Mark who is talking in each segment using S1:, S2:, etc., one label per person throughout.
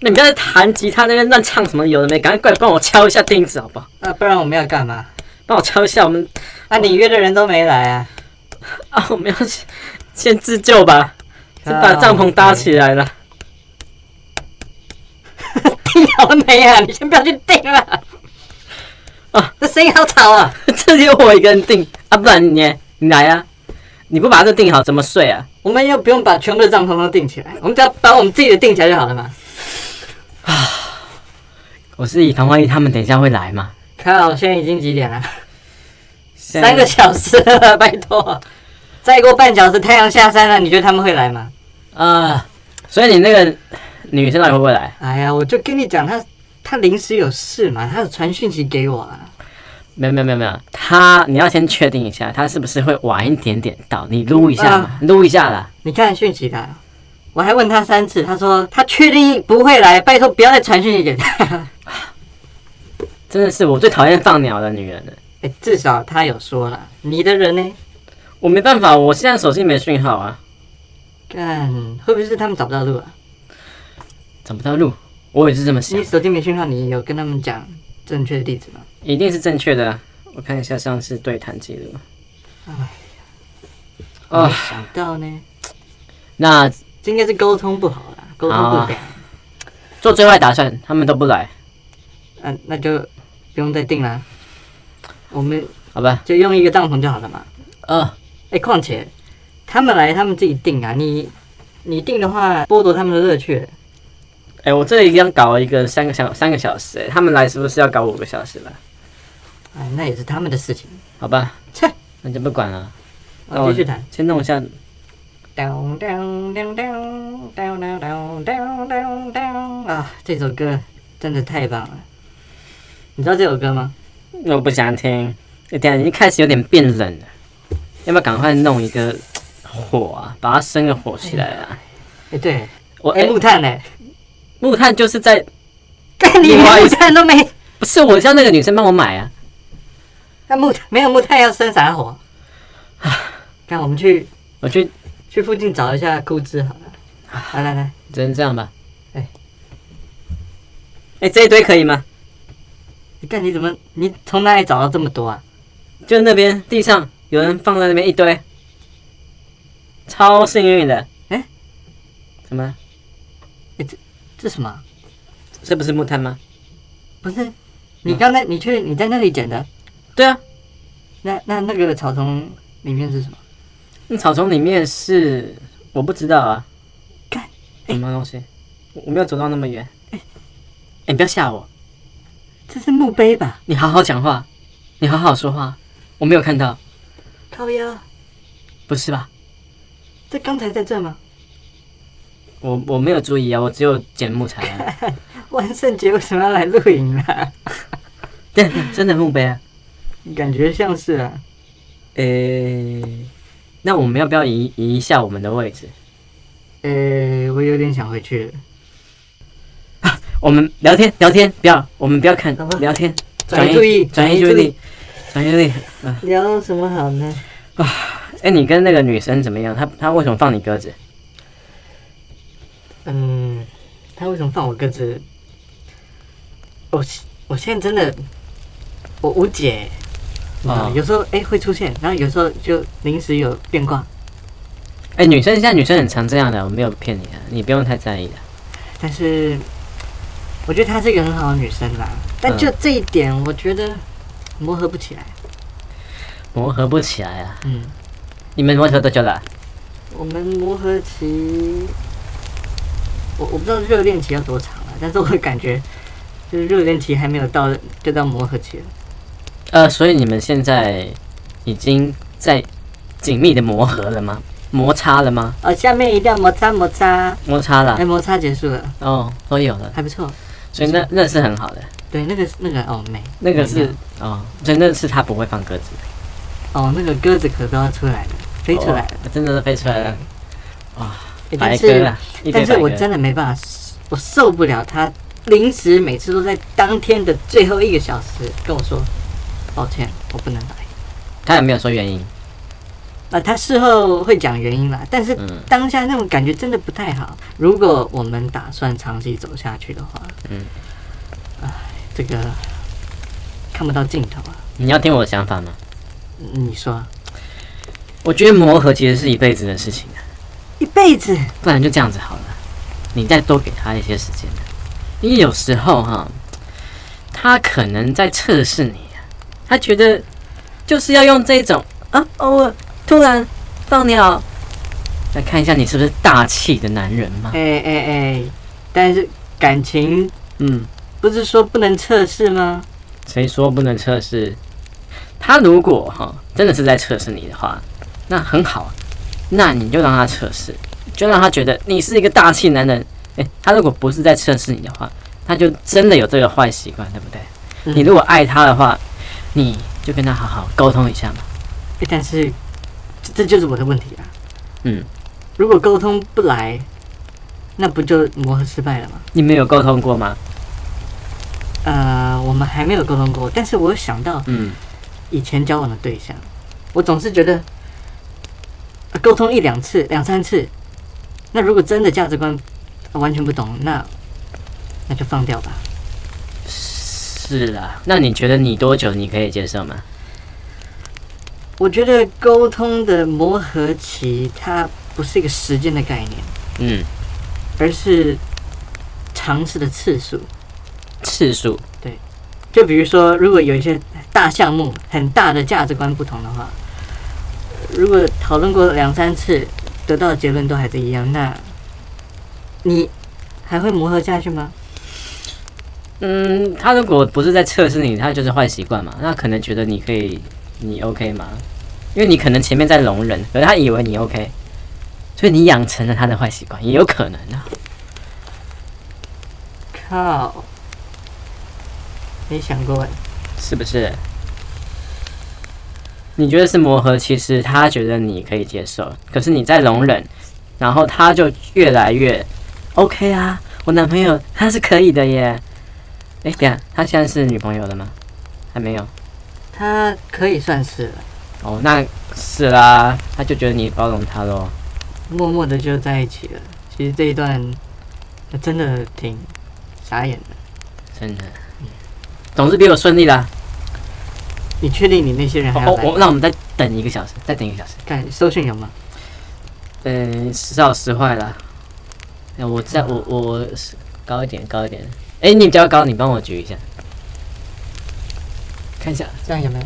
S1: 那你刚才弹吉他那边乱唱什么有的没？赶快帮我敲一下钉子好不好？
S2: 啊，不然我们要干嘛？
S1: 帮我敲一下我们
S2: 啊，你约的人都没来啊！
S1: 啊，我们要先先自救吧，先把帐篷搭起来了。
S2: 定好了 没啊？你先不要去定了。
S1: 啊
S2: 啊，这声音好吵啊！
S1: 这就我一个人定啊，不然你你来啊，你不把这定好怎么睡啊？
S2: 我们又不用把全部的帐篷都定起来，我们只要把我们自己的定起来就好了嘛。
S1: 我是以防万一，他们等一下会来嘛。
S2: 靠，现在已经几点了？
S1: 现在
S2: 三个小时了，拜托！再过半小时太阳下山了，你觉得他们会来吗？
S1: 啊，所以你那个女生到底会不会来？
S2: 哎呀，我就跟你讲，他他临时有事嘛，他有传讯息给我啊。
S1: 没有没有没有没有，她你要先确定一下，她是不是会晚一点点到？你撸一下
S2: 啊
S1: 嘛，撸、一下啦。
S2: 你看讯息他，我还问他三次，他说他确定不会来，拜托不要再传讯息给他。
S1: 真的是我最讨厌放鸟的女人了。
S2: 哎，至少他有说了，你的人呢？
S1: 我没办法，我现在手机没讯号啊，
S2: 干，会不会是他们找不到路啊？
S1: 找不到路。我也是这么想
S2: 你，手机没讯号，你有跟他们讲正确的地址吗？
S1: 一定是正确的啊。我看一下上次对谈记录。
S2: 哦，
S1: 哦
S2: 没，想到呢，
S1: 那
S2: 这应该是沟通不好啊啦，沟通不良。
S1: 做最坏打算，他们都不来，
S2: 嗯、那就不用再订啦，我们
S1: 好吧？
S2: 就用一个帐篷就好了嘛。
S1: 呃，
S2: 哎，况且他们来，他们自己订啊，你你订的话，剥夺他们的乐趣。
S1: 哎、我这里刚搞一个三个小三个小时、哎，他们来是不是要搞五个小时了？
S2: 哎，那也是他们的事情。
S1: 好吧，
S2: 切，
S1: 那就不管了。
S2: 我哦们继续谈。，
S1: 先弄一下。
S2: 当当当当当当当当当当啊！这首歌真的太棒了。你知道这首歌吗？
S1: 我不想听，哎一点一开始有点变冷了，要不要赶快弄一个火啊，把它生个火起来啊？
S2: 哎，对，
S1: 我
S2: 哎，
S1: 哎，
S2: 木炭嘞，
S1: 木炭就是在，
S2: 干你连
S1: 另外一
S2: 木炭都没，
S1: 不是我叫那个女生帮我买啊，
S2: 那木炭没有木炭要生啥火？看我们去
S1: 我去，
S2: 去附近找一下枯枝好了。来来来，
S1: 只能这样吧。
S2: 哎
S1: 哎，哎，这一堆可以吗？
S2: 你看你怎么，你从哪里找到这么多啊？
S1: 就那边地上有人放在那边一堆，超幸运的。
S2: 哎
S1: 怎么？
S2: 这什么？
S1: 这不是木炭吗？
S2: 不是，你刚才你去你在那里捡的，
S1: 对啊，
S2: 那那那个草丛里面是什么？
S1: 那草丛里面是我不知道啊。
S2: 干
S1: 什么东西？我我没有走到那么远。哎、你不要吓我！
S2: 这是墓碑吧？
S1: 你好好讲话，你好好说话。我没有看到，
S2: 靠腰，
S1: 不是吧？
S2: 这刚才在这吗？
S1: 我我没有注意啊，我只有捡木材、啊。
S2: 万圣节为什么要来露营啊？
S1: 对，真的墓碑啊。
S2: 感觉像是啊。
S1: 呃、那我们要不要移移一下我们的位置？
S2: 呃、我有点想回去了。
S1: 我们聊天聊天，不要，我们不要看
S2: 好吧，
S1: 聊天，
S2: 转移注意
S1: 转移注意力，转移注意力。嗯
S2: 聊什么好呢？
S1: 哎，你跟那个女生怎么样？她她为什么放你鸽子？
S2: 嗯，他为什么放我鸽子？我我现在真的我无解。
S1: 啊
S2: 有时候哎、会出现，然后有时候就临时有变卦，
S1: 哎，女生现在女生很常这样的，我没有骗你啊，你不用太在意啊。
S2: 但是我觉得她是一个很好的女生啦，但就这一点，我觉得磨合不起来。
S1: 磨合不起来啊，
S2: 嗯，
S1: 你们磨合多久了？啊
S2: 我们磨合期，我我不知道热恋期要多长啊，但是我感觉就是热恋期还没有到，就到磨合期了。
S1: 呃，所以你们现在已经在紧密的磨合了吗？摩擦了吗？
S2: 哦，下面一定要摩擦摩擦，
S1: 摩擦了
S2: 哎，摩擦结束了，
S1: 哦，都有了，
S2: 还不错。
S1: 所以那那是很好的，
S2: 对，那个那个哦没，
S1: 那个
S2: 没
S1: 是
S2: 有
S1: 哦，所以那是她不会放鸽子，
S2: 哦那个鸽子壳都要出来了，飞出来了。
S1: 哦，真的是飞出来了。
S2: 欸但
S1: 白
S2: 是
S1: 鸽啊，一堆
S2: 但是
S1: 白
S2: 我
S1: 鸽。
S2: 真的没办法，我受不了他临时每次都在当天的最后一个小时跟我说，抱歉，我不能来。
S1: 他有没有说原因？
S2: 啊，他事后会讲原因啦，但是
S1: 嗯
S2: 当下那种感觉真的不太好。如果我们打算长期走下去的话，
S1: 嗯，
S2: 唉，这个看不到尽头啊。
S1: 你要听我的想法吗？
S2: 你说啊
S1: 我觉得磨合其实是一辈子的事情啊，
S2: 一辈子，
S1: 不然就这样子好了。你再多给他一些时间，啊因为有时候哈、他可能在测试你啊，他觉得就是要用这种啊，偶尔突然放你好，来看一下你是不是大气的男人嘛。
S2: 哎哎哎，但是感情
S1: 嗯，
S2: 不是说不能测试吗？
S1: 谁说不能测试？他如果哈、真的是在测试你的话，那很好，啊那你就让他测试，就让他觉得你是一个大气男人。诶，他如果不是在测试你的话，他就真的有这个坏习惯，对不对？
S2: 嗯
S1: 你如果爱他的话，你就跟他好好沟通一下嘛。
S2: 欸但是这这就是我的问题啊。
S1: 嗯，
S2: 如果沟通不来，那不就磨合失败了吗？
S1: 你们有沟通过吗？
S2: 呃，我们还没有沟通过，但是我有想到
S1: 嗯，
S2: 以前交往的对象，我总是觉得呃沟通一两次、两三次，那如果真的价值观呃完全不同，那那就放掉吧。
S1: 是啊。那你觉得你多久你可以接受吗？
S2: 我觉得沟通的磨合期，它不是一个时间的概念，
S1: 嗯，
S2: 而是尝试的次数。
S1: 次数。
S2: 就比如说，如果有一些大项目、很大的价值观不同的话，呃如果讨论过两三次，得到的结论都还是一样，那你还会磨合下去吗？
S1: 嗯，他如果不是在测试你，他就是坏习惯嘛。那可能觉得你可以，你 OK 吗？因为你可能前面在容忍，可是他以为你 OK，所以你养成了他的坏习惯，也有可能啊。
S2: 靠，没想过哎，
S1: 是不是？你觉得是磨合，其实他觉得你可以接受，可是你在容忍，然后他就越来越 OK 啊。我男朋友他是可以的耶。哎，等一下，他现在是女朋友了吗？还没有。
S2: 他可以算是了，
S1: 哦，那是啦，他就觉得你包容他咯。
S2: 默默的就在一起了。其实这一段呃真的挺傻眼的。
S1: 真的，总之比我顺利啦。
S2: 你确定你那些人还要
S1: 哦，
S2: 来？
S1: 我、那我们再等一个小时，再等一个小时。
S2: 看搜讯有吗？
S1: 嗯，时好时坏啦。哎，我再我我我是高一点，高一点。哎、你比较高，你帮我举一下，看一下
S2: 这样有没有？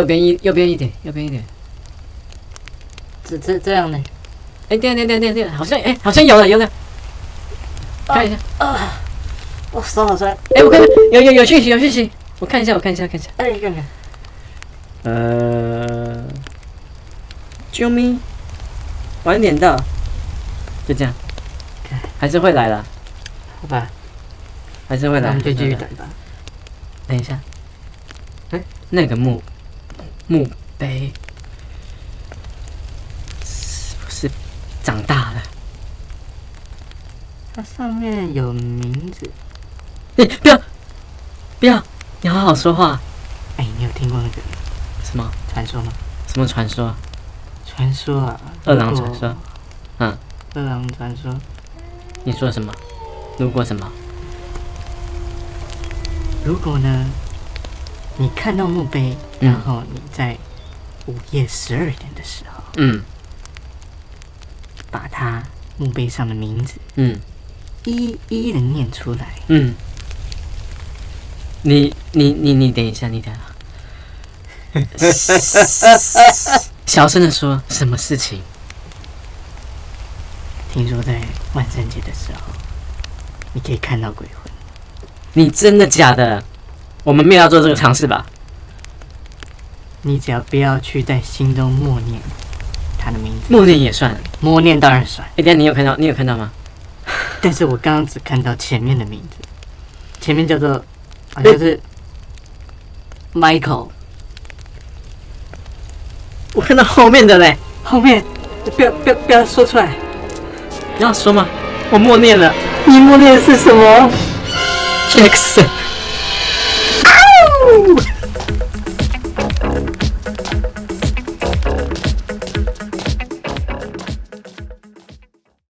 S1: 右边一右边一点，右边一点。
S2: 这这这样呢？
S1: 哎、对对对对对，好像哎、好像有了有了，看一下。
S2: 我手哦好酸，
S1: 哎、我看有有有讯息有讯息，我看一下我看一下看一下。
S2: 哎，看看。
S1: 呃，救命！晚点到，就这样，还是会来啦，
S2: 好吧，
S1: 还是会来。
S2: 那我们就继
S1: 还是
S2: 续
S1: 会来
S2: 等吧。
S1: 等一下，
S2: 哎
S1: 那个墓墓碑是不是长大了？
S2: 它上面有名字，
S1: 你不要不要，你好好说话。
S2: 哎，你有听过那个
S1: 什么
S2: 传说吗？
S1: 什么传说？
S2: 传说啊，
S1: 二郎
S2: 如果
S1: 传说。嗯，
S2: 二郎传说，
S1: 你说什么？如果什么？
S2: 如果呢，你看到墓碑，
S1: 嗯
S2: 然后你在午夜十二点的时候，
S1: 嗯
S2: 把它墓碑上的名字
S1: 嗯
S2: 一一的念出来，
S1: 嗯。你你你你等一下，你等一下。 小声的说，什么事情？
S2: 听说在万圣节的时候，你可以看到鬼魂。
S1: 你真的假的？我们没有要做这个尝试吧？
S2: 你只要不要去在心中默念他的名字，
S1: 默念也算。
S2: 默念当然算。
S1: 哎、欸，等一下你有看到，你有看到吗？
S2: 但是我刚刚只看到前面的名字，前面叫做好像是 Michael，
S1: 我看到后面的嘞。
S2: 后面不要不要不要说出来！
S1: 你要说吗？我默念了
S2: 你默念是什么？
S1: Jackson。